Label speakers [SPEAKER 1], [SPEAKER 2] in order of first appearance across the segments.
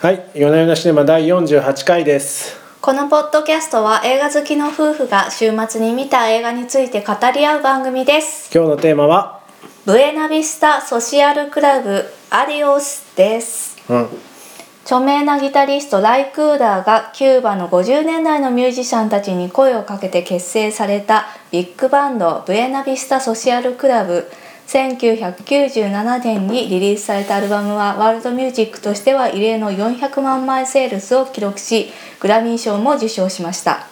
[SPEAKER 1] はい、夜な夜なシネマ第48回です。
[SPEAKER 2] このポッドキャストは映画好きの夫婦が週末に見た映画について語り合う番組です
[SPEAKER 1] 今日のテーマは、
[SPEAKER 2] ブエナビスタソシアルクラブアディオスです
[SPEAKER 1] うん、
[SPEAKER 2] 著名なギタリストライ・クーダーがキューバの50年代のミュージシャンたちに声をかけて結成されたビッグバンドブエナビスタ・ソシアル・クラブ1997年にリリースされたアルバムはワールドミュージックとしては異例の400万枚セールスを記録しグラミー賞も受賞しました。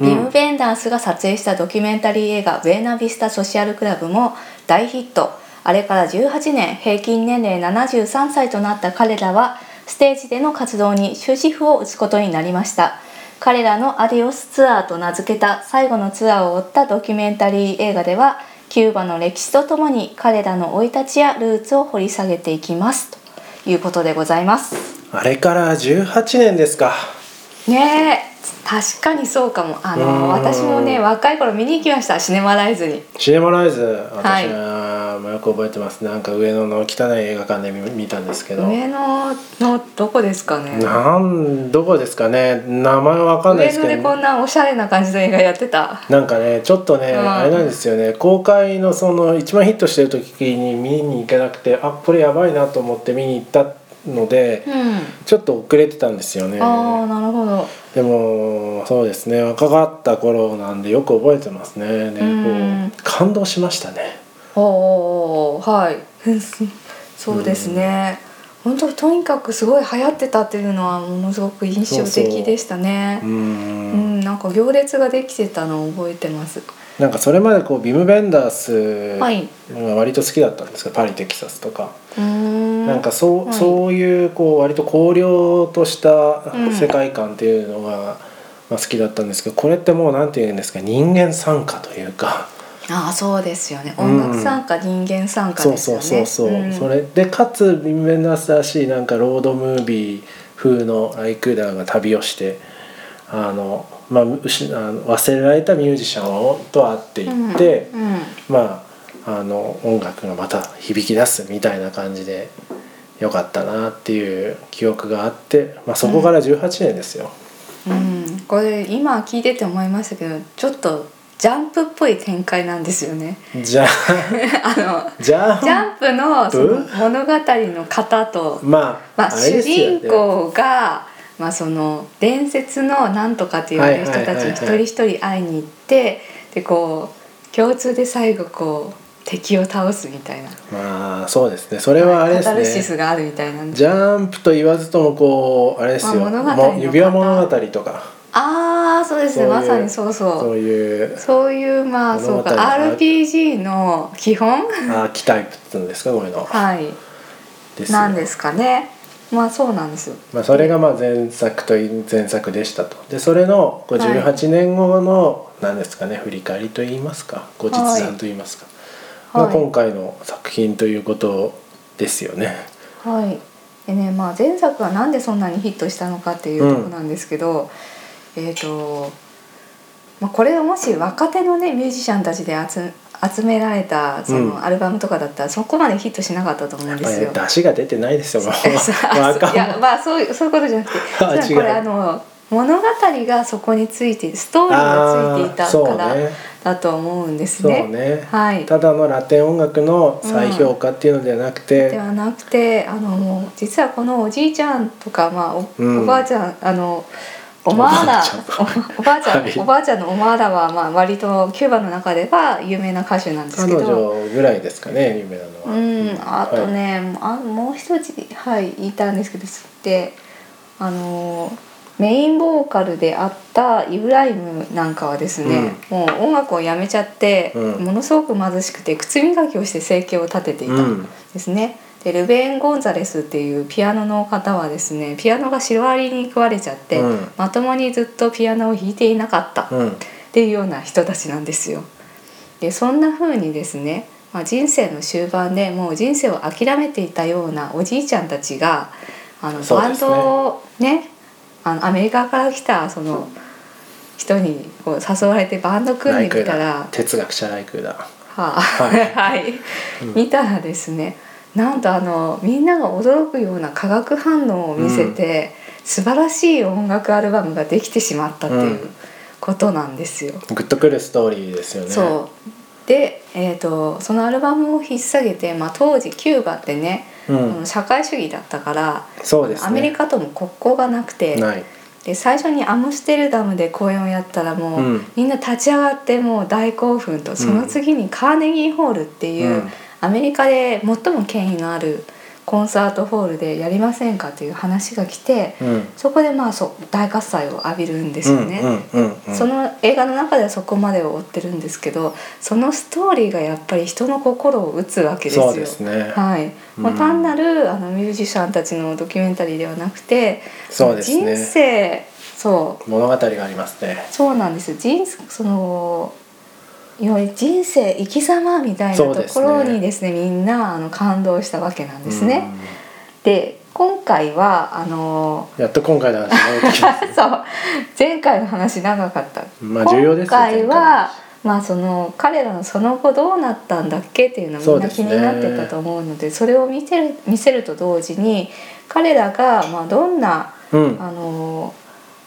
[SPEAKER 2] ビム・ベンダースが撮影したドキュメンタリー映画「ブエナビスタ・ソシアル・クラブ」も大ヒットあれから18年平均年齢73歳となった彼らはステージでの活動に終止符を打つことになりました彼らの「アディオスツアー」と名付けた最後のツアーを追ったドキュメンタリー映画ではキューバの歴史とともに彼らの生い立ちやルーツを掘り下げていきますということでございます
[SPEAKER 1] あれから18年ですか。
[SPEAKER 2] ねえ確かにそうかもあ
[SPEAKER 1] うーん
[SPEAKER 2] の私もね若い頃見に行きましたシネマライズに
[SPEAKER 1] シネマライズ、私
[SPEAKER 2] い
[SPEAKER 1] は、まあよく覚えてます。なんか上野の汚い映画館で見見たんですけど。
[SPEAKER 2] 上野のどこですかね
[SPEAKER 1] なんどこですかね名前わかんないで
[SPEAKER 2] 上
[SPEAKER 1] す
[SPEAKER 2] 野
[SPEAKER 1] け
[SPEAKER 2] でこん
[SPEAKER 1] ど
[SPEAKER 2] なおしゃれな感じの映画やってた
[SPEAKER 1] なんかねちょっとね、
[SPEAKER 2] うん
[SPEAKER 1] あれなんですよね公開のその一番ヒットしてる時に見に行けなくてあこれやばいなと思って見に行ったので、
[SPEAKER 2] うん
[SPEAKER 1] ちょっと遅れてたんですよね
[SPEAKER 2] ああなるほど
[SPEAKER 1] でもそうですね若かった頃なんでよく覚えてますねでこう
[SPEAKER 2] うん
[SPEAKER 1] 感動しましたね
[SPEAKER 2] おーおーおーはい そうですね本当とにかくすごい流行ってたっていうのはものすごく印象的でしたね
[SPEAKER 1] う
[SPEAKER 2] う
[SPEAKER 1] ん
[SPEAKER 2] んなんか行列ができてたのを覚えてます
[SPEAKER 1] なんかそれまでこうビム・ベンダース
[SPEAKER 2] はい
[SPEAKER 1] が割と好きだったんですけどパリ・テキサスとか、
[SPEAKER 2] うーん
[SPEAKER 1] なんかそう,、
[SPEAKER 2] はい
[SPEAKER 1] そういうこう割と荒涼とした
[SPEAKER 2] うん
[SPEAKER 1] 世界観っていうのが、まあ、好きだったんですけどこれってもうなんていうんですか人間参加というか、
[SPEAKER 2] ああそうですよね
[SPEAKER 1] うん
[SPEAKER 2] 音楽参加、人間参加
[SPEAKER 1] そう
[SPEAKER 2] です
[SPEAKER 1] そ
[SPEAKER 2] よ
[SPEAKER 1] う
[SPEAKER 2] ね
[SPEAKER 1] そうそう、
[SPEAKER 2] ん
[SPEAKER 1] それでかつビム・ベンダースらしいなんかロードムービー風のライクーダーが旅をしてあの、まあ、失あの忘れられたミュージシャンをと会っていって、
[SPEAKER 2] うんうん
[SPEAKER 1] まああの音楽がまた響き出すみたいな感じでよかったなっていう記憶があって、まあ、そこから18年ですよ。
[SPEAKER 2] うんこれ今聞いてて思いましたけどちょっとジャンプっぽい展開なんですよね
[SPEAKER 1] じゃあ
[SPEAKER 2] あの
[SPEAKER 1] じゃあ
[SPEAKER 2] ジャンプのその物語の型と、
[SPEAKER 1] まあ、
[SPEAKER 2] まあ、
[SPEAKER 1] あれで
[SPEAKER 2] 主
[SPEAKER 1] すよね
[SPEAKER 2] 人公が、まあ、その伝説のなんとかって言われる人たちに一
[SPEAKER 1] はいはいはいはい
[SPEAKER 2] 人一人会いに行ってでこう共通で最後こう敵を倒すみたいな
[SPEAKER 1] まあそうですねそれはあれで
[SPEAKER 2] カタル
[SPEAKER 1] す
[SPEAKER 2] シ
[SPEAKER 1] ね
[SPEAKER 2] スがあるみたいなんで
[SPEAKER 1] ジャンプと言わずともこうあれですよ、
[SPEAKER 2] まあ物語の
[SPEAKER 1] も
[SPEAKER 2] 方
[SPEAKER 1] 指輪物語とか
[SPEAKER 2] ああそうですね
[SPEAKER 1] そういう
[SPEAKER 2] まさにそうそう
[SPEAKER 1] そういう
[SPEAKER 2] そういうまあそうか
[SPEAKER 1] 物語の
[SPEAKER 2] RPG の基本
[SPEAKER 1] アーキタイプっていうんですかこういうの、
[SPEAKER 2] はい
[SPEAKER 1] ですよ
[SPEAKER 2] なんですかねまあそうなんですよ
[SPEAKER 1] まあ、それがまあ前作とい前作でしたとでそれのこう
[SPEAKER 2] はい
[SPEAKER 1] 18年後の何ですかね、振り返りといいますか後日談といいますか、
[SPEAKER 2] はい
[SPEAKER 1] まあ、今回の作品ということですよね。
[SPEAKER 2] はいでねまあ、前作はなんでそんなにヒットしたのかっていう
[SPEAKER 1] うん
[SPEAKER 2] ところなんですけど、えっ、と、まあ、これをもし若手のねミュージシャンたちで集集められたそ
[SPEAKER 1] うん
[SPEAKER 2] のアルバムとかだったらそこまでヒットしなかったと思うん
[SPEAKER 1] やっ
[SPEAKER 2] で
[SPEAKER 1] ぱり
[SPEAKER 2] すよ
[SPEAKER 1] ね。出汁が出てないですよ。 もう
[SPEAKER 2] あ
[SPEAKER 1] 若
[SPEAKER 2] いやまあそういうそういうことじゃなくて
[SPEAKER 1] あ
[SPEAKER 2] そう
[SPEAKER 1] 違う
[SPEAKER 2] これあの物語がそこについてストーリーがついていた
[SPEAKER 1] あー
[SPEAKER 2] から
[SPEAKER 1] そうね
[SPEAKER 2] だと思うんです
[SPEAKER 1] そう
[SPEAKER 2] ね。
[SPEAKER 1] ね、
[SPEAKER 2] はい
[SPEAKER 1] ただのラテン音楽の再評価っていうのではなくて、
[SPEAKER 2] ではなくてあのもう実はこのおじいちゃんとか、まあお
[SPEAKER 1] うん
[SPEAKER 2] おばあちゃんあのおまあら
[SPEAKER 1] お
[SPEAKER 2] おおばあちゃん、
[SPEAKER 1] はい
[SPEAKER 2] おばあちゃんのおまあらは、まあ、割とキューバの中では有名な歌手なんです
[SPEAKER 1] 彼
[SPEAKER 2] けど。
[SPEAKER 1] 女ぐらいですかね有名なのは。
[SPEAKER 2] うん、あと
[SPEAKER 1] はい
[SPEAKER 2] ね、あもう一つはいいたんですけどであのメインボーカルであったイブライムなんかはですね、もう音楽をやめちゃって、
[SPEAKER 1] うん
[SPEAKER 2] ものすごく貧しくて靴磨きをして生計を立てていた
[SPEAKER 1] うん
[SPEAKER 2] んですね。でルベーン・ゴンザレスっていうピアノの方はですねピアノがシロアリに食われちゃって、
[SPEAKER 1] うん
[SPEAKER 2] まともにずっとピアノを弾いていなかった。
[SPEAKER 1] うん
[SPEAKER 2] っていうような人たちなんですよ。でそんな風にですね、まあ、人生の終盤でもう人生を諦めていたようなおじいちゃんたちがあの
[SPEAKER 1] そう
[SPEAKER 2] バ
[SPEAKER 1] で
[SPEAKER 2] ン
[SPEAKER 1] すね
[SPEAKER 2] ドをねあのアメリカから来たその人にこう誘われてバンド組んでみた
[SPEAKER 1] ライクー
[SPEAKER 2] ら
[SPEAKER 1] ダ哲学者ライクーダ
[SPEAKER 2] はあ、はい、見たらですねなんとあのみんなが驚くような化学反応を見せて、素晴らしい音楽アルバムができてしまったっていううんことなんですよ。
[SPEAKER 1] グッとくるストーリーですよね
[SPEAKER 2] そうで、えー、とそのアルバムを引っ提げて、まあ、当時キューバってね、
[SPEAKER 1] う、
[SPEAKER 2] あ
[SPEAKER 1] ん
[SPEAKER 2] の、社会主義だったから、
[SPEAKER 1] そうですね
[SPEAKER 2] アメリカとも国交がなくて
[SPEAKER 1] ない、
[SPEAKER 2] で最初にアムステルダムで公演をやったらも
[SPEAKER 1] う
[SPEAKER 2] う、
[SPEAKER 1] ん
[SPEAKER 2] みんな立ち上がってもう大興奮とその次にカーネギーホールっていう、
[SPEAKER 1] うん
[SPEAKER 2] アメリカで最も権威のあるコンサートホールでやりませんかという話が来て、
[SPEAKER 1] うん、
[SPEAKER 2] そこでまあそう大喝采を浴びるんですよね。
[SPEAKER 1] うんうんうん、
[SPEAKER 2] その映画の中ではそこまでを追ってるんですけどそのストーリーがやっぱり人の心を打つわけですよ。
[SPEAKER 1] そうですね
[SPEAKER 2] はいまあ、
[SPEAKER 1] うん
[SPEAKER 2] 単なるあのミュージシャンたちのドキュメンタリーではなくて
[SPEAKER 1] そうですね
[SPEAKER 2] 人生そう
[SPEAKER 1] 物語がありますね
[SPEAKER 2] そうなんです人そのいわゆる人生生き様みたいな
[SPEAKER 1] そう
[SPEAKER 2] と
[SPEAKER 1] です
[SPEAKER 2] こ
[SPEAKER 1] ね
[SPEAKER 2] ろにですねみんなあの感動したわけなんですね。で今回はあの
[SPEAKER 1] うんやっと今回の話が出てき ます
[SPEAKER 2] そう前回の話長かった、
[SPEAKER 1] まあ重要ですよ
[SPEAKER 2] 今回はまあその彼らのその後どうなったんだっけっていうの
[SPEAKER 1] そ
[SPEAKER 2] み
[SPEAKER 1] うん
[SPEAKER 2] な
[SPEAKER 1] です
[SPEAKER 2] 気
[SPEAKER 1] ね
[SPEAKER 2] になってたと思うのでそれを見せる見せると同時に彼らがまあどんな
[SPEAKER 1] うん
[SPEAKER 2] あの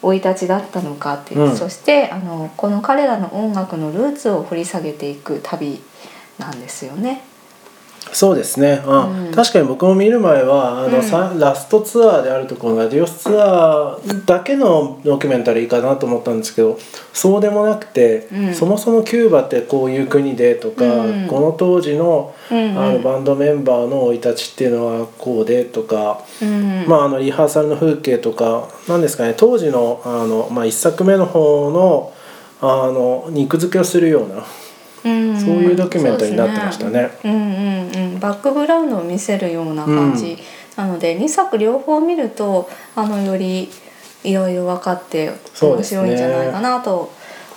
[SPEAKER 2] 生い立ちだったのかっていう、
[SPEAKER 1] うん
[SPEAKER 2] そしてあのこの彼らの音楽のルーツを掘り下げていく旅なんですよね。
[SPEAKER 1] そうですね、うん
[SPEAKER 2] うん
[SPEAKER 1] 確かに僕も見る前はあの、
[SPEAKER 2] うん
[SPEAKER 1] さラストツアーであるところのラディオスツアーだけのドキュメンタリーかなと思ったんですけどそうでもなくて、
[SPEAKER 2] うん
[SPEAKER 1] そもそもキューバってこういう国でとか、
[SPEAKER 2] うん
[SPEAKER 1] この当時の
[SPEAKER 2] うん
[SPEAKER 1] あ
[SPEAKER 2] うん
[SPEAKER 1] のバンドメンバーの生い立ちっていうのはこうでとか、
[SPEAKER 2] うん
[SPEAKER 1] まあ、あのリハーサルの風景とかなんですかね当時のあの、まあ、1作目の方のあの肉付けをするような
[SPEAKER 2] うん
[SPEAKER 1] そういうドキュメンタリーになってましたね。
[SPEAKER 2] そうですねうんうんうん、バックグラウンドを見せるような感じ、なので2作両方見るとあのよりいろいろ分かって
[SPEAKER 1] そう
[SPEAKER 2] 面
[SPEAKER 1] ですね
[SPEAKER 2] 白いんじゃないかなと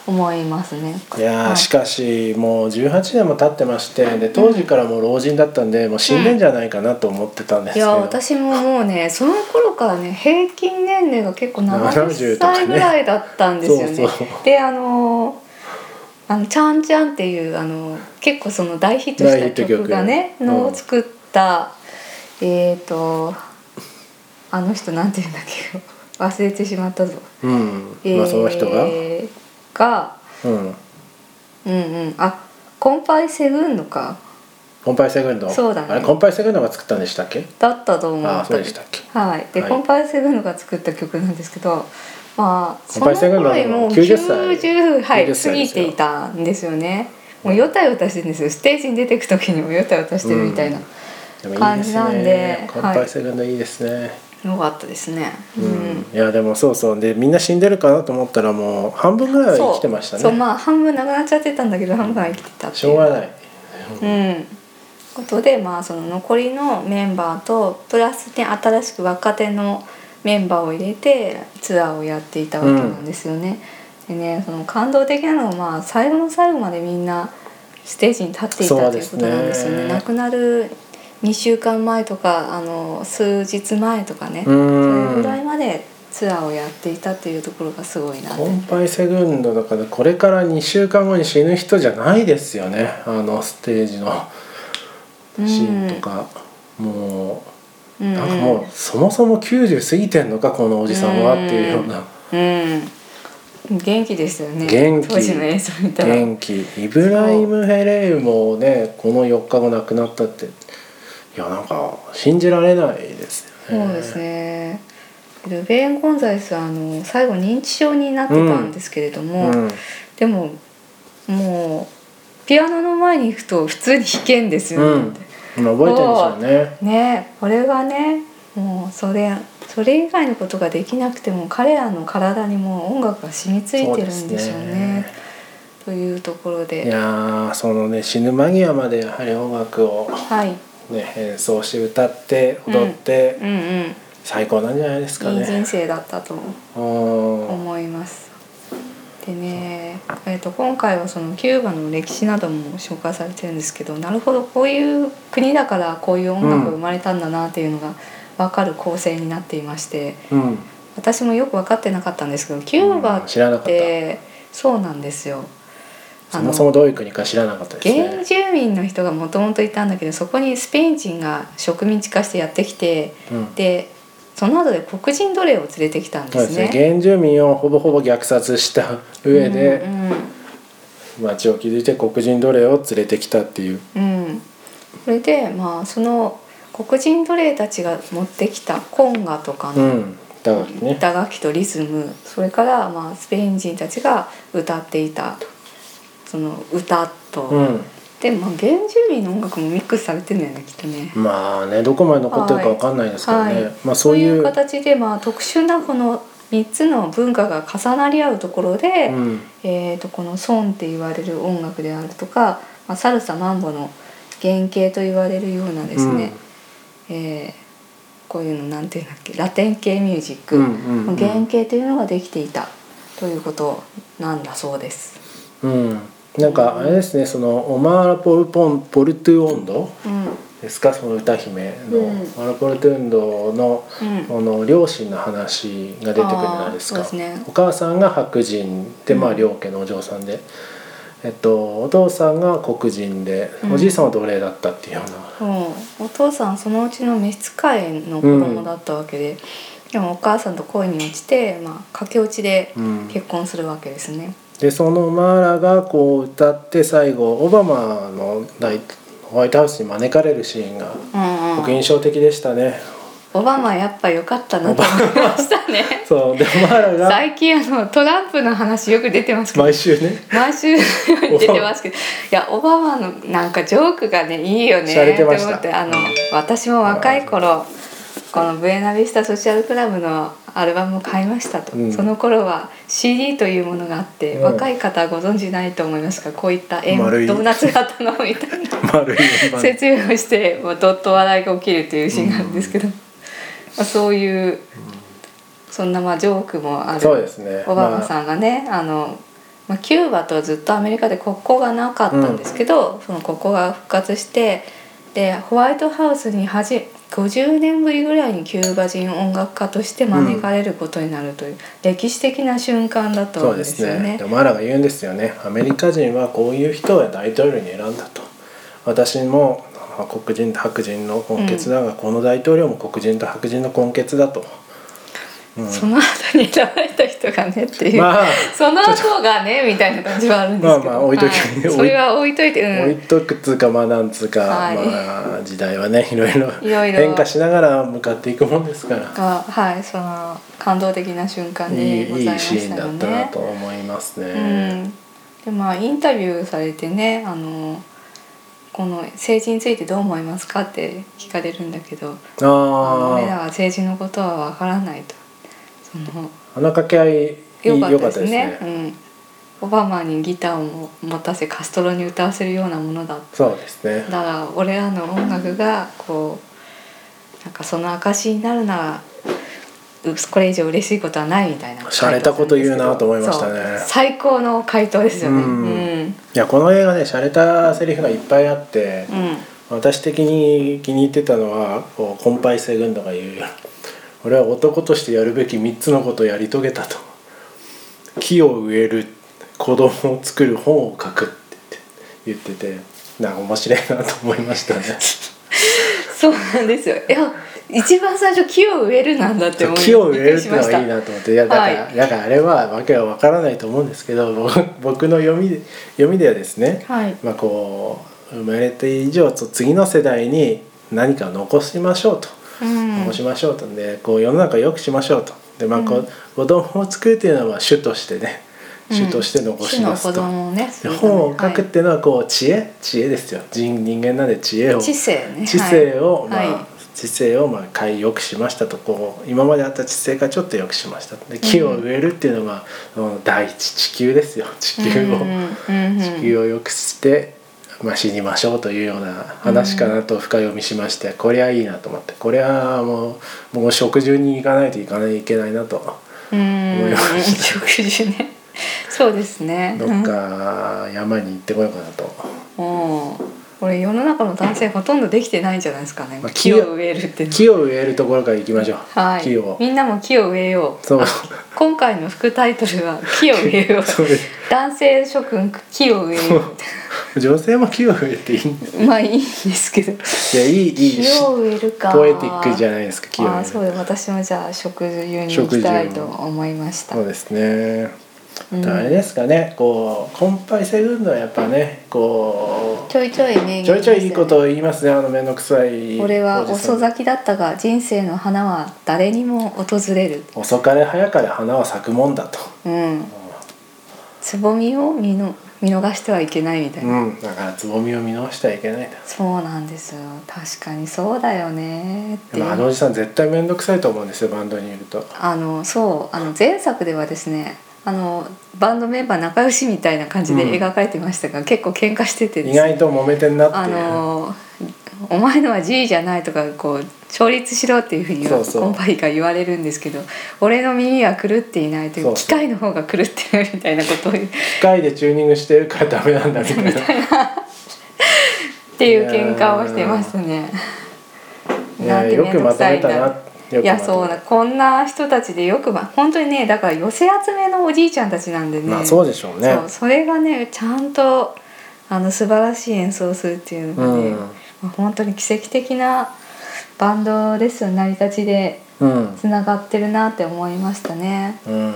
[SPEAKER 2] 思いますね。
[SPEAKER 1] いやー
[SPEAKER 2] はい
[SPEAKER 1] しかしもう18年も経ってましてで当時からもう老人だったんでもう死んでんじゃないかなと思ってたんです
[SPEAKER 2] い
[SPEAKER 1] けど、
[SPEAKER 2] や私ももうねその頃からね平均年齢が結構70
[SPEAKER 1] 70とか
[SPEAKER 2] 歳
[SPEAKER 1] ね
[SPEAKER 2] ぐらいだったんですよね。
[SPEAKER 1] そうそう
[SPEAKER 2] であのーあの「ちゃんちゃん」っていうあの結構その大ヒットし
[SPEAKER 1] 大ヒ
[SPEAKER 2] た
[SPEAKER 1] ット曲
[SPEAKER 2] 曲がね
[SPEAKER 1] うん
[SPEAKER 2] のを作った、えっ、とあの人なんて言うんだっけ 忘れてしまったぞ。
[SPEAKER 1] うんまあ、その人が、
[SPEAKER 2] えーが
[SPEAKER 1] うん、
[SPEAKER 2] うんうんあコンパイセブンのか
[SPEAKER 1] コンパイセグンド
[SPEAKER 2] そうだね
[SPEAKER 1] あれコンパイセグンドが作ったんでしたっけ
[SPEAKER 2] だったと思う
[SPEAKER 1] ああそうでしたっけ
[SPEAKER 2] はい、で、
[SPEAKER 1] はい
[SPEAKER 2] コンパイセブンが作った曲なんですけど、まあ
[SPEAKER 1] コン
[SPEAKER 2] そ
[SPEAKER 1] パ
[SPEAKER 2] の
[SPEAKER 1] イセブン
[SPEAKER 2] 頃
[SPEAKER 1] の
[SPEAKER 2] にもう
[SPEAKER 1] 90
[SPEAKER 2] 90
[SPEAKER 1] 歳
[SPEAKER 2] はい
[SPEAKER 1] 90歳
[SPEAKER 2] 過
[SPEAKER 1] で
[SPEAKER 2] ぎ
[SPEAKER 1] すよ
[SPEAKER 2] ていたんですよね。もうヨタヨタしてるんですよ。ステージに出てく時にもヨタヨタしてるみたいな
[SPEAKER 1] うんでもいい
[SPEAKER 2] 感
[SPEAKER 1] で
[SPEAKER 2] じ
[SPEAKER 1] す
[SPEAKER 2] なんで
[SPEAKER 1] ねコンパ
[SPEAKER 2] は
[SPEAKER 1] イ
[SPEAKER 2] い
[SPEAKER 1] セグンドいいですね、
[SPEAKER 2] のがあったですね。
[SPEAKER 1] うんいやでもそうそうでみんな死んでるかなと思ったらもう半分ぐらいは
[SPEAKER 2] そう
[SPEAKER 1] 生きてました
[SPEAKER 2] そう
[SPEAKER 1] ね
[SPEAKER 2] まあ半分なくなっちゃってたんだけど半分は生きてたっていう。
[SPEAKER 1] しょうがない
[SPEAKER 2] うん、ことで、まあ、その残りのメンバーとプラスで新しく若手のメンバーを入れてツアーをやっていたわけなんですよね。でねその感動的なのは、まあ、最後の最後までみんなステージに立ってい
[SPEAKER 1] そ
[SPEAKER 2] た
[SPEAKER 1] う
[SPEAKER 2] と
[SPEAKER 1] で
[SPEAKER 2] いう
[SPEAKER 1] すね
[SPEAKER 2] ことなんですよね。亡くなる2週間前とかあの数日前とかね、
[SPEAKER 1] う
[SPEAKER 2] そ
[SPEAKER 1] ん
[SPEAKER 2] れぐらいまでツアーをやっていたっていうところがすごいなって
[SPEAKER 1] コンパイセグンドだからこれから2週間後に死ぬ人じゃないですよねあのステージのシーンとか、も
[SPEAKER 2] うん
[SPEAKER 1] うなんかもうそもそも90過ぎてんのかこのおじさんはっていうような
[SPEAKER 2] うん、元気でしたよね
[SPEAKER 1] 元気
[SPEAKER 2] 当時の映像見たら
[SPEAKER 1] 元気イブライム・ヘレウもねこの4日後亡くなったっていやなんか信じられないですよね
[SPEAKER 2] そうですねルベーン・ゴンザイスはあの最後認知症になってたんですけれど
[SPEAKER 1] う
[SPEAKER 2] も、
[SPEAKER 1] ん
[SPEAKER 2] でももうピアノの前に行くと普通に弾けんですよ
[SPEAKER 1] う
[SPEAKER 2] ね、
[SPEAKER 1] ん、まあ覚えてるんでしょうね
[SPEAKER 2] ねこれがねもうそれそれ以外のことができなくても彼らの体にもう音楽が染みついてるんでしょう
[SPEAKER 1] そうです
[SPEAKER 2] ね
[SPEAKER 1] ね
[SPEAKER 2] というところ
[SPEAKER 1] い
[SPEAKER 2] で
[SPEAKER 1] やーそのね死ぬ間際までやはり音楽を
[SPEAKER 2] はい
[SPEAKER 1] ね、演奏して歌って踊って、
[SPEAKER 2] うんうん
[SPEAKER 1] 最高なんじゃないですか
[SPEAKER 2] いい人
[SPEAKER 1] ね。
[SPEAKER 2] 生だったと
[SPEAKER 1] うん
[SPEAKER 2] 思います。でね、えー、と今回はそのキューバの歴史なども紹介されてるんですけどなるほどこういう国だからこういう音楽が生まれたんだなっていうのが分かる構成になっていまして
[SPEAKER 1] うん、
[SPEAKER 2] 私もよく分かってなかったんですけどキューバ
[SPEAKER 1] 知らなか
[SPEAKER 2] っ
[SPEAKER 1] った。
[SPEAKER 2] てそうなんですよ。
[SPEAKER 1] そもそもどういう国か知らなかったです
[SPEAKER 2] 原
[SPEAKER 1] ね。
[SPEAKER 2] 住民の人がもともといたんだけどそこにスペイン人が植民地化してやってきて
[SPEAKER 1] うん
[SPEAKER 2] でその後で黒人奴隷を連れてきたんで
[SPEAKER 1] そうですす
[SPEAKER 2] ね
[SPEAKER 1] ね。原住民をほぼほぼ虐殺した上
[SPEAKER 2] う
[SPEAKER 1] で
[SPEAKER 2] ん
[SPEAKER 1] 町を築いて黒人奴隷を連れてきたっていう
[SPEAKER 2] うんうんそれでまあその黒人奴隷たちが持ってきたコンガとか
[SPEAKER 1] う
[SPEAKER 2] の
[SPEAKER 1] ん打楽器ね
[SPEAKER 2] 打楽器とリズムそれからまあスペイン人たちが歌っていたその歌と、
[SPEAKER 1] うん
[SPEAKER 2] でまあ原住民の音楽もミックスされてるんだよねきっとね。
[SPEAKER 1] まあねどこまで残ってるかわかんないですけどね、
[SPEAKER 2] はい
[SPEAKER 1] まあそ
[SPEAKER 2] そうう
[SPEAKER 1] い
[SPEAKER 2] いうう形で、まあ、特殊なこの3つの文化が重なり合うところで、
[SPEAKER 1] うん
[SPEAKER 2] えー、とこのソンって言われる音楽であるとか、まあ、サルサマンボの原型と言われるようなですね、えーこういうのなんていうんだっけラテン系ミュージック
[SPEAKER 1] うんうんうん
[SPEAKER 2] の原型というのができていたということなんだそうです。
[SPEAKER 1] うん、なんかあれですねそのオマーラ・ポルポン・ポルトゥオンド
[SPEAKER 2] うん
[SPEAKER 1] ですかその歌姫の、
[SPEAKER 2] うん
[SPEAKER 1] オマーラ・ポルトゥオンドの
[SPEAKER 2] うん
[SPEAKER 1] この両親の話が出てくるじゃないですか
[SPEAKER 2] あーそうですね
[SPEAKER 1] お母さんが白人で、まあ、
[SPEAKER 2] うん
[SPEAKER 1] 両家のお嬢さんで、えっと、お父さんが黒人で、
[SPEAKER 2] うん
[SPEAKER 1] おじいさんは奴隷だったっていうような。
[SPEAKER 2] そうお父さんそのうちの召使いの子供だったわけで、でもお母さんと恋に落ちて、まあ、駆け落ちで
[SPEAKER 1] うん
[SPEAKER 2] 結婚するわけですね。
[SPEAKER 1] でそのマーラがこう歌って最後オバマの大ホワイトハウスに招かれるシーンが
[SPEAKER 2] うん
[SPEAKER 1] 僕
[SPEAKER 2] うん、
[SPEAKER 1] 印象的でしたね。
[SPEAKER 2] オバマやっぱ良かったなと思いましたね
[SPEAKER 1] そうでマーラが
[SPEAKER 2] 最近あのトランプの話よく出てますけど
[SPEAKER 1] 毎週ね
[SPEAKER 2] 毎週出てますけどいやオバマのなんかジョークがねいいよね
[SPEAKER 1] 洒落
[SPEAKER 2] って
[SPEAKER 1] てま
[SPEAKER 2] 思
[SPEAKER 1] した
[SPEAKER 2] ってあの私も若い頃このブエナビスタソシャルクラブのアルバムを買いましたと、
[SPEAKER 1] うん
[SPEAKER 2] その頃は CD というものがあって、
[SPEAKER 1] うん
[SPEAKER 2] 若い方はご存知ないと思いますがこういった円
[SPEAKER 1] 丸い
[SPEAKER 2] ドーナツ型のみたいな
[SPEAKER 1] 丸い円盤
[SPEAKER 2] 説明をしてもうどっと笑いが起きるというシーンがあるんですけど、まあ、そういうそんなまあジョークもある
[SPEAKER 1] そうですね
[SPEAKER 2] オバマさんがね、あのまあ、キューバとずっとアメリカで国交がなかったんですけど、その国交が復活してでホワイトハウスにはじ50年ぶりぐらいにキューバ人音楽家として招かれることになるという、歴史的な瞬間だ
[SPEAKER 1] まあ
[SPEAKER 2] と
[SPEAKER 1] そう
[SPEAKER 2] 思うん
[SPEAKER 1] で
[SPEAKER 2] です
[SPEAKER 1] す
[SPEAKER 2] よ
[SPEAKER 1] ね
[SPEAKER 2] ね
[SPEAKER 1] で。マーラが言うんですよねアメリカ人はこういう人を大統領に選んだと私もあ黒人と白人の根血だが、この大統領も黒人と白人の根血だと、うん
[SPEAKER 2] その後に選ばれた人がねっていう、
[SPEAKER 1] まあ
[SPEAKER 2] その後がねみたいな感じはあるんですけど
[SPEAKER 1] まあまあ置いとき
[SPEAKER 2] はそれは置いといて、うん、
[SPEAKER 1] 置いとくつうかまあなんつうか、
[SPEAKER 2] はい
[SPEAKER 1] まあ時代はねいろいろ
[SPEAKER 2] いろいろ
[SPEAKER 1] 変化しながら向かっていくもんですから
[SPEAKER 2] がはいその感動的な瞬間
[SPEAKER 1] い
[SPEAKER 2] でござ
[SPEAKER 1] い
[SPEAKER 2] い
[SPEAKER 1] い
[SPEAKER 2] ま
[SPEAKER 1] いシ
[SPEAKER 2] し
[SPEAKER 1] ーン
[SPEAKER 2] た
[SPEAKER 1] だ
[SPEAKER 2] よ
[SPEAKER 1] ったな
[SPEAKER 2] ね
[SPEAKER 1] と。思います
[SPEAKER 2] う
[SPEAKER 1] ね。
[SPEAKER 2] ん、でまあインタビューされてねあのこの政治についてどう思いますかって聞かれるんだけど
[SPEAKER 1] あ
[SPEAKER 2] 俺ら
[SPEAKER 1] あ
[SPEAKER 2] は政治のことはわからないとその
[SPEAKER 1] あの掛け合い
[SPEAKER 2] 良
[SPEAKER 1] 良
[SPEAKER 2] か
[SPEAKER 1] か
[SPEAKER 2] っ
[SPEAKER 1] ったた
[SPEAKER 2] で
[SPEAKER 1] ですす
[SPEAKER 2] ね
[SPEAKER 1] ね。
[SPEAKER 2] うん、オバマにギターを持たせカストロに歌わせるようなものだ
[SPEAKER 1] そうですね
[SPEAKER 2] だ。から俺らの音楽がこうなんかその証になるならうこれ以上嬉しいことはないみたいな
[SPEAKER 1] 洒落たこと言うなと思いましたね
[SPEAKER 2] そう最高の回答ですよねう
[SPEAKER 1] うんんいやこの映画ね洒落たセリフがいっぱいあって、
[SPEAKER 2] うん
[SPEAKER 1] 私的に気に入ってたのはこうコンパイセ軍団が言う「俺は男としてやるべき3つのことをやり遂げた」と「木を植える子供を作る本を書く」って言っててなんか面白いなと思いましたね。
[SPEAKER 2] そうなんですよいや一番最初木を植えるなんだって思い
[SPEAKER 1] 木を植えるっての
[SPEAKER 2] びっくりしました
[SPEAKER 1] がいいなと思っていやだから、
[SPEAKER 2] は
[SPEAKER 1] だからあれはわけは分からないと思うんですけど 僕僕の読みで読みではですね、
[SPEAKER 2] はい
[SPEAKER 1] まあ、こう生まれて以上と次の世代に何か残しましょうと、
[SPEAKER 2] うん
[SPEAKER 1] 残しましょうとでこう世の中を良くしましょうとで、まあこ
[SPEAKER 2] うん
[SPEAKER 1] う子供を作るっていうのは主としてね
[SPEAKER 2] うん
[SPEAKER 1] 主として残しま
[SPEAKER 2] 主
[SPEAKER 1] す
[SPEAKER 2] の子
[SPEAKER 1] と。
[SPEAKER 2] 供をね
[SPEAKER 1] で本を書くっ
[SPEAKER 2] はい
[SPEAKER 1] ていうのはこう知恵知恵ですよ人人間なんで知恵を
[SPEAKER 2] 知性ね
[SPEAKER 1] 知性を、
[SPEAKER 2] はい
[SPEAKER 1] まあ、知性をまあ改良くしましたとこう今まであった知性がちょっと良くしましたで木を植えるっていうのは、うん第一地球ですよ地球を、地球
[SPEAKER 2] 球を
[SPEAKER 1] を良くして、まあ、死にましょうというような話かなと深読みしまして、これはいいなと思ってこれはもうもう食中に行かないといかないいけないなと。
[SPEAKER 2] うん
[SPEAKER 1] 思いました
[SPEAKER 2] 食事ねそうですね
[SPEAKER 1] どっか山に行ってこようかなと、
[SPEAKER 2] うん、これ世の中の男性ほとんどできてないんじゃないですかね
[SPEAKER 1] まあ木
[SPEAKER 2] 木
[SPEAKER 1] を
[SPEAKER 2] を植えるって
[SPEAKER 1] 木を植えるところからいきましょう、
[SPEAKER 2] はい
[SPEAKER 1] 木を
[SPEAKER 2] みんなも木を植えよう
[SPEAKER 1] そう」
[SPEAKER 2] 今回の副タイトルは「木を植えよ う
[SPEAKER 1] そうです
[SPEAKER 2] 男性諸君木を植えよ
[SPEAKER 1] 女性も木を植えていいんだ
[SPEAKER 2] うまあいいんですけど
[SPEAKER 1] いやいいいい
[SPEAKER 2] 木を植えるか
[SPEAKER 1] ポエティックじゃないですか木を
[SPEAKER 2] あ
[SPEAKER 1] 植え
[SPEAKER 2] あ
[SPEAKER 1] る
[SPEAKER 2] そうよ私もじゃあ食事に行きたいと思いました、
[SPEAKER 1] そうですね。
[SPEAKER 2] うん
[SPEAKER 1] あれですかね、こうコンパイセ運動はやっぱね、こ
[SPEAKER 2] ちょいちょい名
[SPEAKER 1] う
[SPEAKER 2] 言
[SPEAKER 1] ちょいちょいいいことを言いますね、あの面倒くさい。
[SPEAKER 2] 俺は
[SPEAKER 1] おじさん
[SPEAKER 2] 遅咲きだったが人生の花は誰にも訪れる
[SPEAKER 1] 遅かれ早かれ花は咲くもんだと。
[SPEAKER 2] うんつぼみを見の見逃してはいけないみたいうな、
[SPEAKER 1] ん、だからつぼみを見直してはいけないと。
[SPEAKER 2] そうなんですよ確かにそうだよねって
[SPEAKER 1] で
[SPEAKER 2] いう
[SPEAKER 1] もあのおじさん絶対面倒くさいと思うんですよ、バンドにいると。
[SPEAKER 2] あのそうあの前作ではですねあのバンドメンバー仲良しみたいな感じで
[SPEAKER 1] うん
[SPEAKER 2] 描かれてましたが、結構喧嘩しててで
[SPEAKER 1] 意
[SPEAKER 2] すね
[SPEAKER 1] 外と揉めてんなっ
[SPEAKER 2] あ
[SPEAKER 1] ていう。
[SPEAKER 2] のお前のは G じゃないとかこう調律しろっていうふうに
[SPEAKER 1] そうそう
[SPEAKER 2] コンパイが言われるんですけど俺の耳は狂っていないという
[SPEAKER 1] そうそう
[SPEAKER 2] 機械の方が狂ってるみたいなことを言う
[SPEAKER 1] 機械でチューニングしてるからダメなんだみたい な。
[SPEAKER 2] っていう喧嘩をしてましたね。
[SPEAKER 1] いやよくまとめたな。よくまとめ
[SPEAKER 2] いやそうなこんな人たちでよくま本当にねだから寄せ集めのおじいちゃんたちなんでね、
[SPEAKER 1] まあそうでしょうね
[SPEAKER 2] そう。それがねちゃんとあの素晴らしい演奏をするっていうのがね、
[SPEAKER 1] うん
[SPEAKER 2] まあ本当に奇跡的なバンドレッスン成り立ちで
[SPEAKER 1] うん。
[SPEAKER 2] つながってるなって思いましたね。
[SPEAKER 1] うん。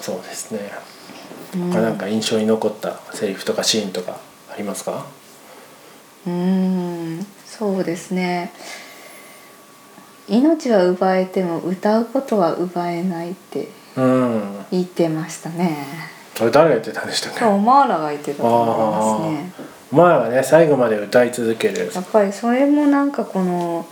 [SPEAKER 1] そうですね。
[SPEAKER 2] うん
[SPEAKER 1] 他なんか印象に残ったセリフとかシーンとかありますか？
[SPEAKER 2] うんそうですね命は奪えても歌うことは奪えないって
[SPEAKER 1] うん。
[SPEAKER 2] 言ってましたね。
[SPEAKER 1] あれ誰が言ってたんでしたっけ
[SPEAKER 2] 今日？マーラが言ってたと思いますね。
[SPEAKER 1] 前はね最後まで歌い続ける。
[SPEAKER 2] やっぱりそれもなんかこの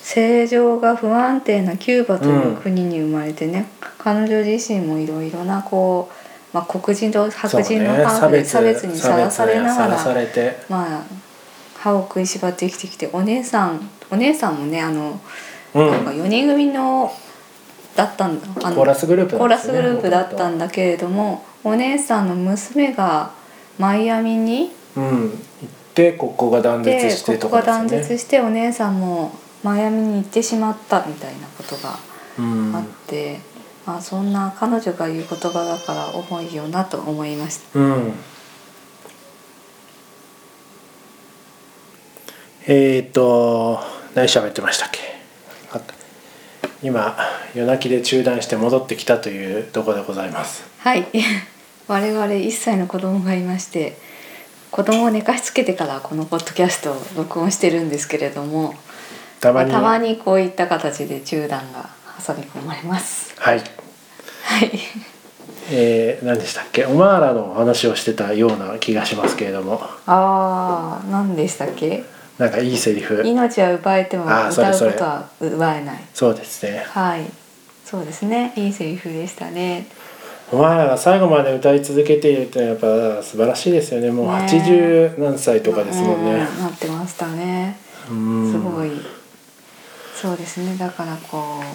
[SPEAKER 2] 政情が不安定なキューバという国に生まれてね、彼女自身もいろいろなこう、まあ、黒人と白人のハーフで差別にさらされなが
[SPEAKER 1] 差別
[SPEAKER 2] ら
[SPEAKER 1] にさらされて。
[SPEAKER 2] まあ歯を食いしばって生きてきてお姉さんお姉さんもねあの、
[SPEAKER 1] うん
[SPEAKER 2] なんか4人組のだったんだあの
[SPEAKER 1] コーラスグループ
[SPEAKER 2] コーラスグループだったん
[SPEAKER 1] だ。
[SPEAKER 2] だけれどもお姉さんの娘がマイアミに
[SPEAKER 1] うん。行ってここが断絶
[SPEAKER 2] で
[SPEAKER 1] し
[SPEAKER 2] こ
[SPEAKER 1] てと
[SPEAKER 2] こ
[SPEAKER 1] か
[SPEAKER 2] が
[SPEAKER 1] ですよ
[SPEAKER 2] 断
[SPEAKER 1] ね。
[SPEAKER 2] 絶してお姉さんもマイアミに行ってしまったみたいなことが
[SPEAKER 1] うん。
[SPEAKER 2] あって、まあ、そんな彼女が言う言葉だから重いよなと思いました。
[SPEAKER 1] うん。えっ、ー、と何喋ってましたっけあ今夜泣きで中断して戻ってきたというところでございます
[SPEAKER 2] はい 我々1歳の子供がいまして子供を寝かしつけてからこのポッドキャストを録音してるんですけれども
[SPEAKER 1] たまに,、
[SPEAKER 2] まあたまにこういった形で中断が挟み込まれます。
[SPEAKER 1] はい
[SPEAKER 2] はい
[SPEAKER 1] えー、何でしたっけオマーラの話をしてたような気がしますけれども
[SPEAKER 2] ああ、何でしたっけ？
[SPEAKER 1] なんかいいセリフ
[SPEAKER 2] 命は奪えても
[SPEAKER 1] あーそ
[SPEAKER 2] 歌
[SPEAKER 1] れ
[SPEAKER 2] う
[SPEAKER 1] そ
[SPEAKER 2] こ
[SPEAKER 1] れ
[SPEAKER 2] とは奪えない。
[SPEAKER 1] そうですね
[SPEAKER 2] はい、そうですね。いいセリフでしたね。
[SPEAKER 1] オマーラが最後まで歌い続けているってのはやっぱ素晴らしいですよねもう
[SPEAKER 2] ねえ
[SPEAKER 1] 80何歳とかですもん
[SPEAKER 2] う
[SPEAKER 1] ね
[SPEAKER 2] なってましたね。
[SPEAKER 1] うん
[SPEAKER 2] すごい。そうですね。だからこう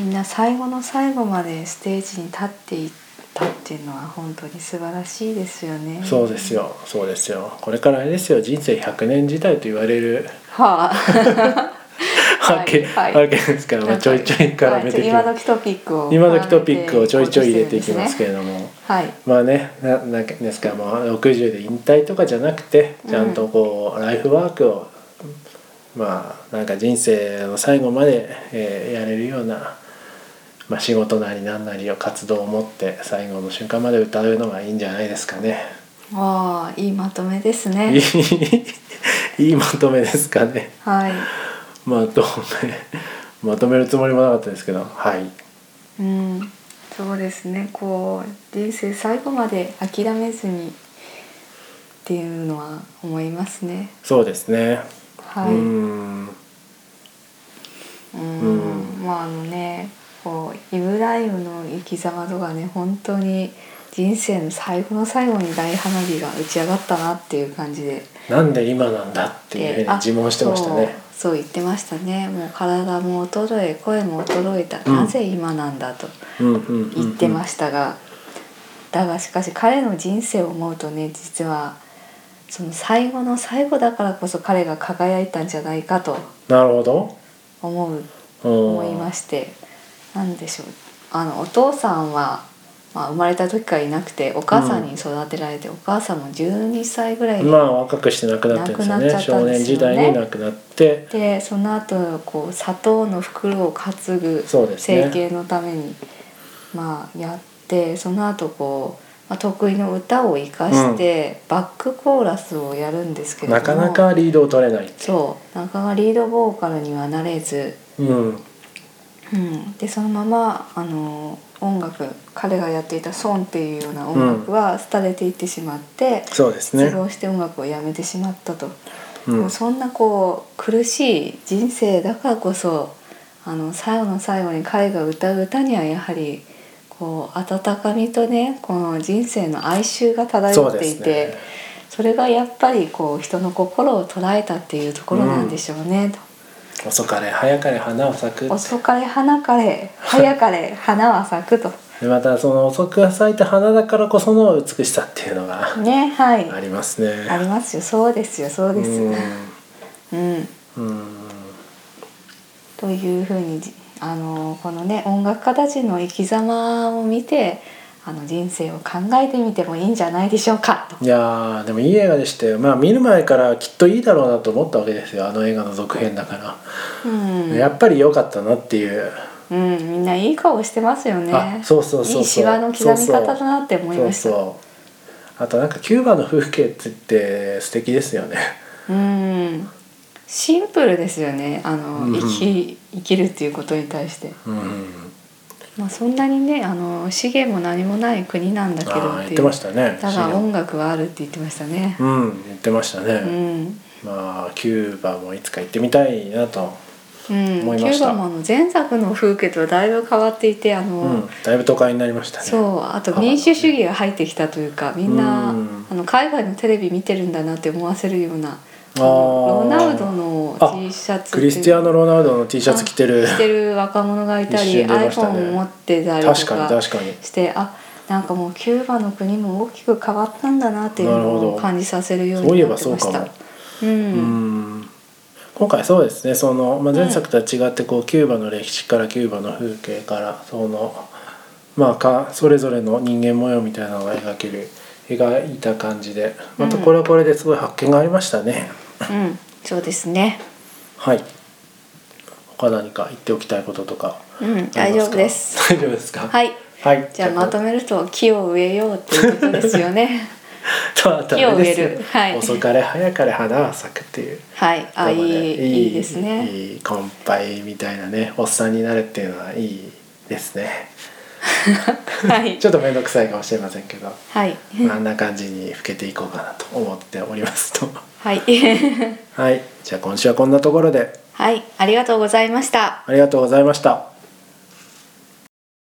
[SPEAKER 2] みんな最後の最後までステージに立っていったっていうのは本当に素晴らしいですよね。
[SPEAKER 1] そうですよそうですよこれからあれですよ人生100年時代と言われる
[SPEAKER 2] はあ。
[SPEAKER 1] わけ,、
[SPEAKER 2] はい
[SPEAKER 1] わけですから、まあ、ちょいちょい絡めていき
[SPEAKER 2] はい今
[SPEAKER 1] ま
[SPEAKER 2] 時トピックを
[SPEAKER 1] す今時トピックをちょいちょい入れていきますけ
[SPEAKER 2] ど。
[SPEAKER 1] れども。
[SPEAKER 2] はい。
[SPEAKER 1] まあね、ななんかですからまあ60で引退とかじゃなくてちゃんとこう、ライフワークをまあなんか人生の最後まで、えーやれるような、まあ、仕事なりなんなりを活動を持って最後の瞬間まで歌うのがいいんじゃないですかね。
[SPEAKER 2] ああ、いいまとめです
[SPEAKER 1] い
[SPEAKER 2] ね。
[SPEAKER 1] いいいまとめですかね。
[SPEAKER 2] はい。
[SPEAKER 1] まあとねまとめ るつもりもなかったですけどはい。
[SPEAKER 2] うん。そうですね。こう人生最後まで諦めずにっていうのは思いますね。
[SPEAKER 1] そうですね。。
[SPEAKER 2] はいう
[SPEAKER 1] ん
[SPEAKER 2] うん
[SPEAKER 1] う
[SPEAKER 2] まああのね、こうイブライムの生き様とかね、本当に人生の最後の最後に大花火が打ち上がったなっていう感じで。
[SPEAKER 1] なんで今なんだっていうふうに自問してましたね。
[SPEAKER 2] あそうそう言ってましたねもう体も衰え声も衰えた、
[SPEAKER 1] うん
[SPEAKER 2] なぜ今なんだと
[SPEAKER 1] うんうんうんうん
[SPEAKER 2] 言ってましたが、だがしかし彼の人生を思うとね実はその最後の最後だからこそ彼が輝いたんじゃないかと
[SPEAKER 1] なるほど、
[SPEAKER 2] 思う
[SPEAKER 1] うん、
[SPEAKER 2] 思いましてなんでしょうあのお父さんは、まあ、生まれた時からいなくてお母さんに育てられて、お母さんも12歳ぐらいで,、
[SPEAKER 1] まあ若くして亡くなってるんですよね
[SPEAKER 2] 亡くなっちゃった
[SPEAKER 1] 少
[SPEAKER 2] んですよね
[SPEAKER 1] 年時代に亡くなって
[SPEAKER 2] でその後こう砂糖の袋を担ぐ
[SPEAKER 1] そうですね
[SPEAKER 2] 整形のために、まあやってその後こう、まあ、得意の歌を生かして、バックコーラスをやるんですけれども
[SPEAKER 1] なかなかリードを取れない
[SPEAKER 2] そうなかなかリードボーカルにはなれず。
[SPEAKER 1] うん
[SPEAKER 2] うん、でそのままあの音楽彼がやっていたソンっていうような音楽は廃れていってしまって、
[SPEAKER 1] そうですね
[SPEAKER 2] 失業して音楽をやめてしまったと、
[SPEAKER 1] う
[SPEAKER 2] も
[SPEAKER 1] ん
[SPEAKER 2] うそんなこう苦しい人生だからこそあの最後の最後に彼が歌う歌にはやはりこう温かみとねこの人生の哀愁が漂
[SPEAKER 1] そう
[SPEAKER 2] っ
[SPEAKER 1] で
[SPEAKER 2] てい
[SPEAKER 1] す
[SPEAKER 2] て
[SPEAKER 1] ね
[SPEAKER 2] そ,、れがやっぱりこう人の心を捉えたっていうところなんでしょうね、と。
[SPEAKER 1] 遅かれ早かれ花を咲く
[SPEAKER 2] 遅かれ花かれ早かれ花は咲くと
[SPEAKER 1] でまたその遅く咲いた花だからこその美しさっていうのが
[SPEAKER 2] ねはい
[SPEAKER 1] ありますね
[SPEAKER 2] ありますよそうですよそうですうん、
[SPEAKER 1] うんうん
[SPEAKER 2] というふうにじあのこのね音楽家たちの生き様を見てあの人生を考えてみてもいいんじゃないでしょうかと
[SPEAKER 1] いやーでもいい映画でしたよまあ見る前からきっといいだろうなと思ったわけですよあの映画の続編だから、
[SPEAKER 2] うん、
[SPEAKER 1] やっぱり良かったなっていう、
[SPEAKER 2] うん、みんないい顔してますよね
[SPEAKER 1] あそうそうそうそう
[SPEAKER 2] いシワの刻み方だなって思い
[SPEAKER 1] そ
[SPEAKER 2] ま
[SPEAKER 1] う
[SPEAKER 2] した
[SPEAKER 1] そうあとなんかキューバの風景って素敵ですよね
[SPEAKER 2] うんシンプルですよねあの、
[SPEAKER 1] うん
[SPEAKER 2] 生き生きるっていうことに対して
[SPEAKER 1] うん
[SPEAKER 2] まあ、そんなにねあの資源も何もない国なんだけど
[SPEAKER 1] ああ言
[SPEAKER 2] って
[SPEAKER 1] っ
[SPEAKER 2] い
[SPEAKER 1] て
[SPEAKER 2] う
[SPEAKER 1] ましたね
[SPEAKER 2] だが音楽はあるって言ってましたね。
[SPEAKER 1] うん言ってましたね、
[SPEAKER 2] うん
[SPEAKER 1] まあキューバもいつか行ってみたいなと、
[SPEAKER 2] うん、キ
[SPEAKER 1] 思
[SPEAKER 2] ュ
[SPEAKER 1] いまし
[SPEAKER 2] ー
[SPEAKER 1] た
[SPEAKER 2] バもあの前作の風景とはだいぶ変わっていてあの、
[SPEAKER 1] うん、だいぶ都会になりましたね
[SPEAKER 2] そうあと民主主義が入ってきたというかみんな、
[SPEAKER 1] うん
[SPEAKER 2] あの海外のテレビ見てるんだなって思わせるような
[SPEAKER 1] あ
[SPEAKER 2] あ
[SPEAKER 1] ー
[SPEAKER 2] のロナウドの
[SPEAKER 1] あ
[SPEAKER 2] T シャツ
[SPEAKER 1] クリスティアーノ・ロナウドの T シャツ着てる
[SPEAKER 2] 着てる若者がいた
[SPEAKER 1] 一
[SPEAKER 2] り
[SPEAKER 1] 瞬出ましたね
[SPEAKER 2] iPhone を持ってたりと
[SPEAKER 1] 確かに確かに
[SPEAKER 2] してあなんかもうキューバの国も大きく変わったんだなっていうのを感じさせるよう
[SPEAKER 1] そうい
[SPEAKER 2] に
[SPEAKER 1] え
[SPEAKER 2] な
[SPEAKER 1] ば
[SPEAKER 2] って
[SPEAKER 1] そう
[SPEAKER 2] ま
[SPEAKER 1] か
[SPEAKER 2] し
[SPEAKER 1] も
[SPEAKER 2] た。うん
[SPEAKER 1] うん今回そうですねその、まあ、前作とは違ってこうキューバの歴史からキューバの風景からそのまあかそれぞれの人間模様みたいなのが描ける描いた感じでまたこれはこれですごい発見がありましたね、
[SPEAKER 2] うん、そうですね。
[SPEAKER 1] はい他何か言っておきたいこととか
[SPEAKER 2] うん、
[SPEAKER 1] あ
[SPEAKER 2] 大
[SPEAKER 1] りまか
[SPEAKER 2] 丈夫です。
[SPEAKER 1] 大丈夫ですか
[SPEAKER 2] はい。
[SPEAKER 1] はい
[SPEAKER 2] じゃあまとめると木を植えようっていうことですよね。
[SPEAKER 1] とあとあれですよ
[SPEAKER 2] 木を植えるはい
[SPEAKER 1] 遅かれ早かれ花は咲くっていう
[SPEAKER 2] はい、あ、いい、いいですね。
[SPEAKER 1] いいコンパイみたいなねおっさんになるっていうのはいいですね
[SPEAKER 2] はい
[SPEAKER 1] ち、ょっと面倒くさいかもしれませんけど
[SPEAKER 2] はい、
[SPEAKER 1] あんな感じに老けていこうかなと思っておりますと
[SPEAKER 2] はい、
[SPEAKER 1] はいじゃあ今週はこんなところで
[SPEAKER 2] はい、ありがとうございました。
[SPEAKER 1] ありがとうございました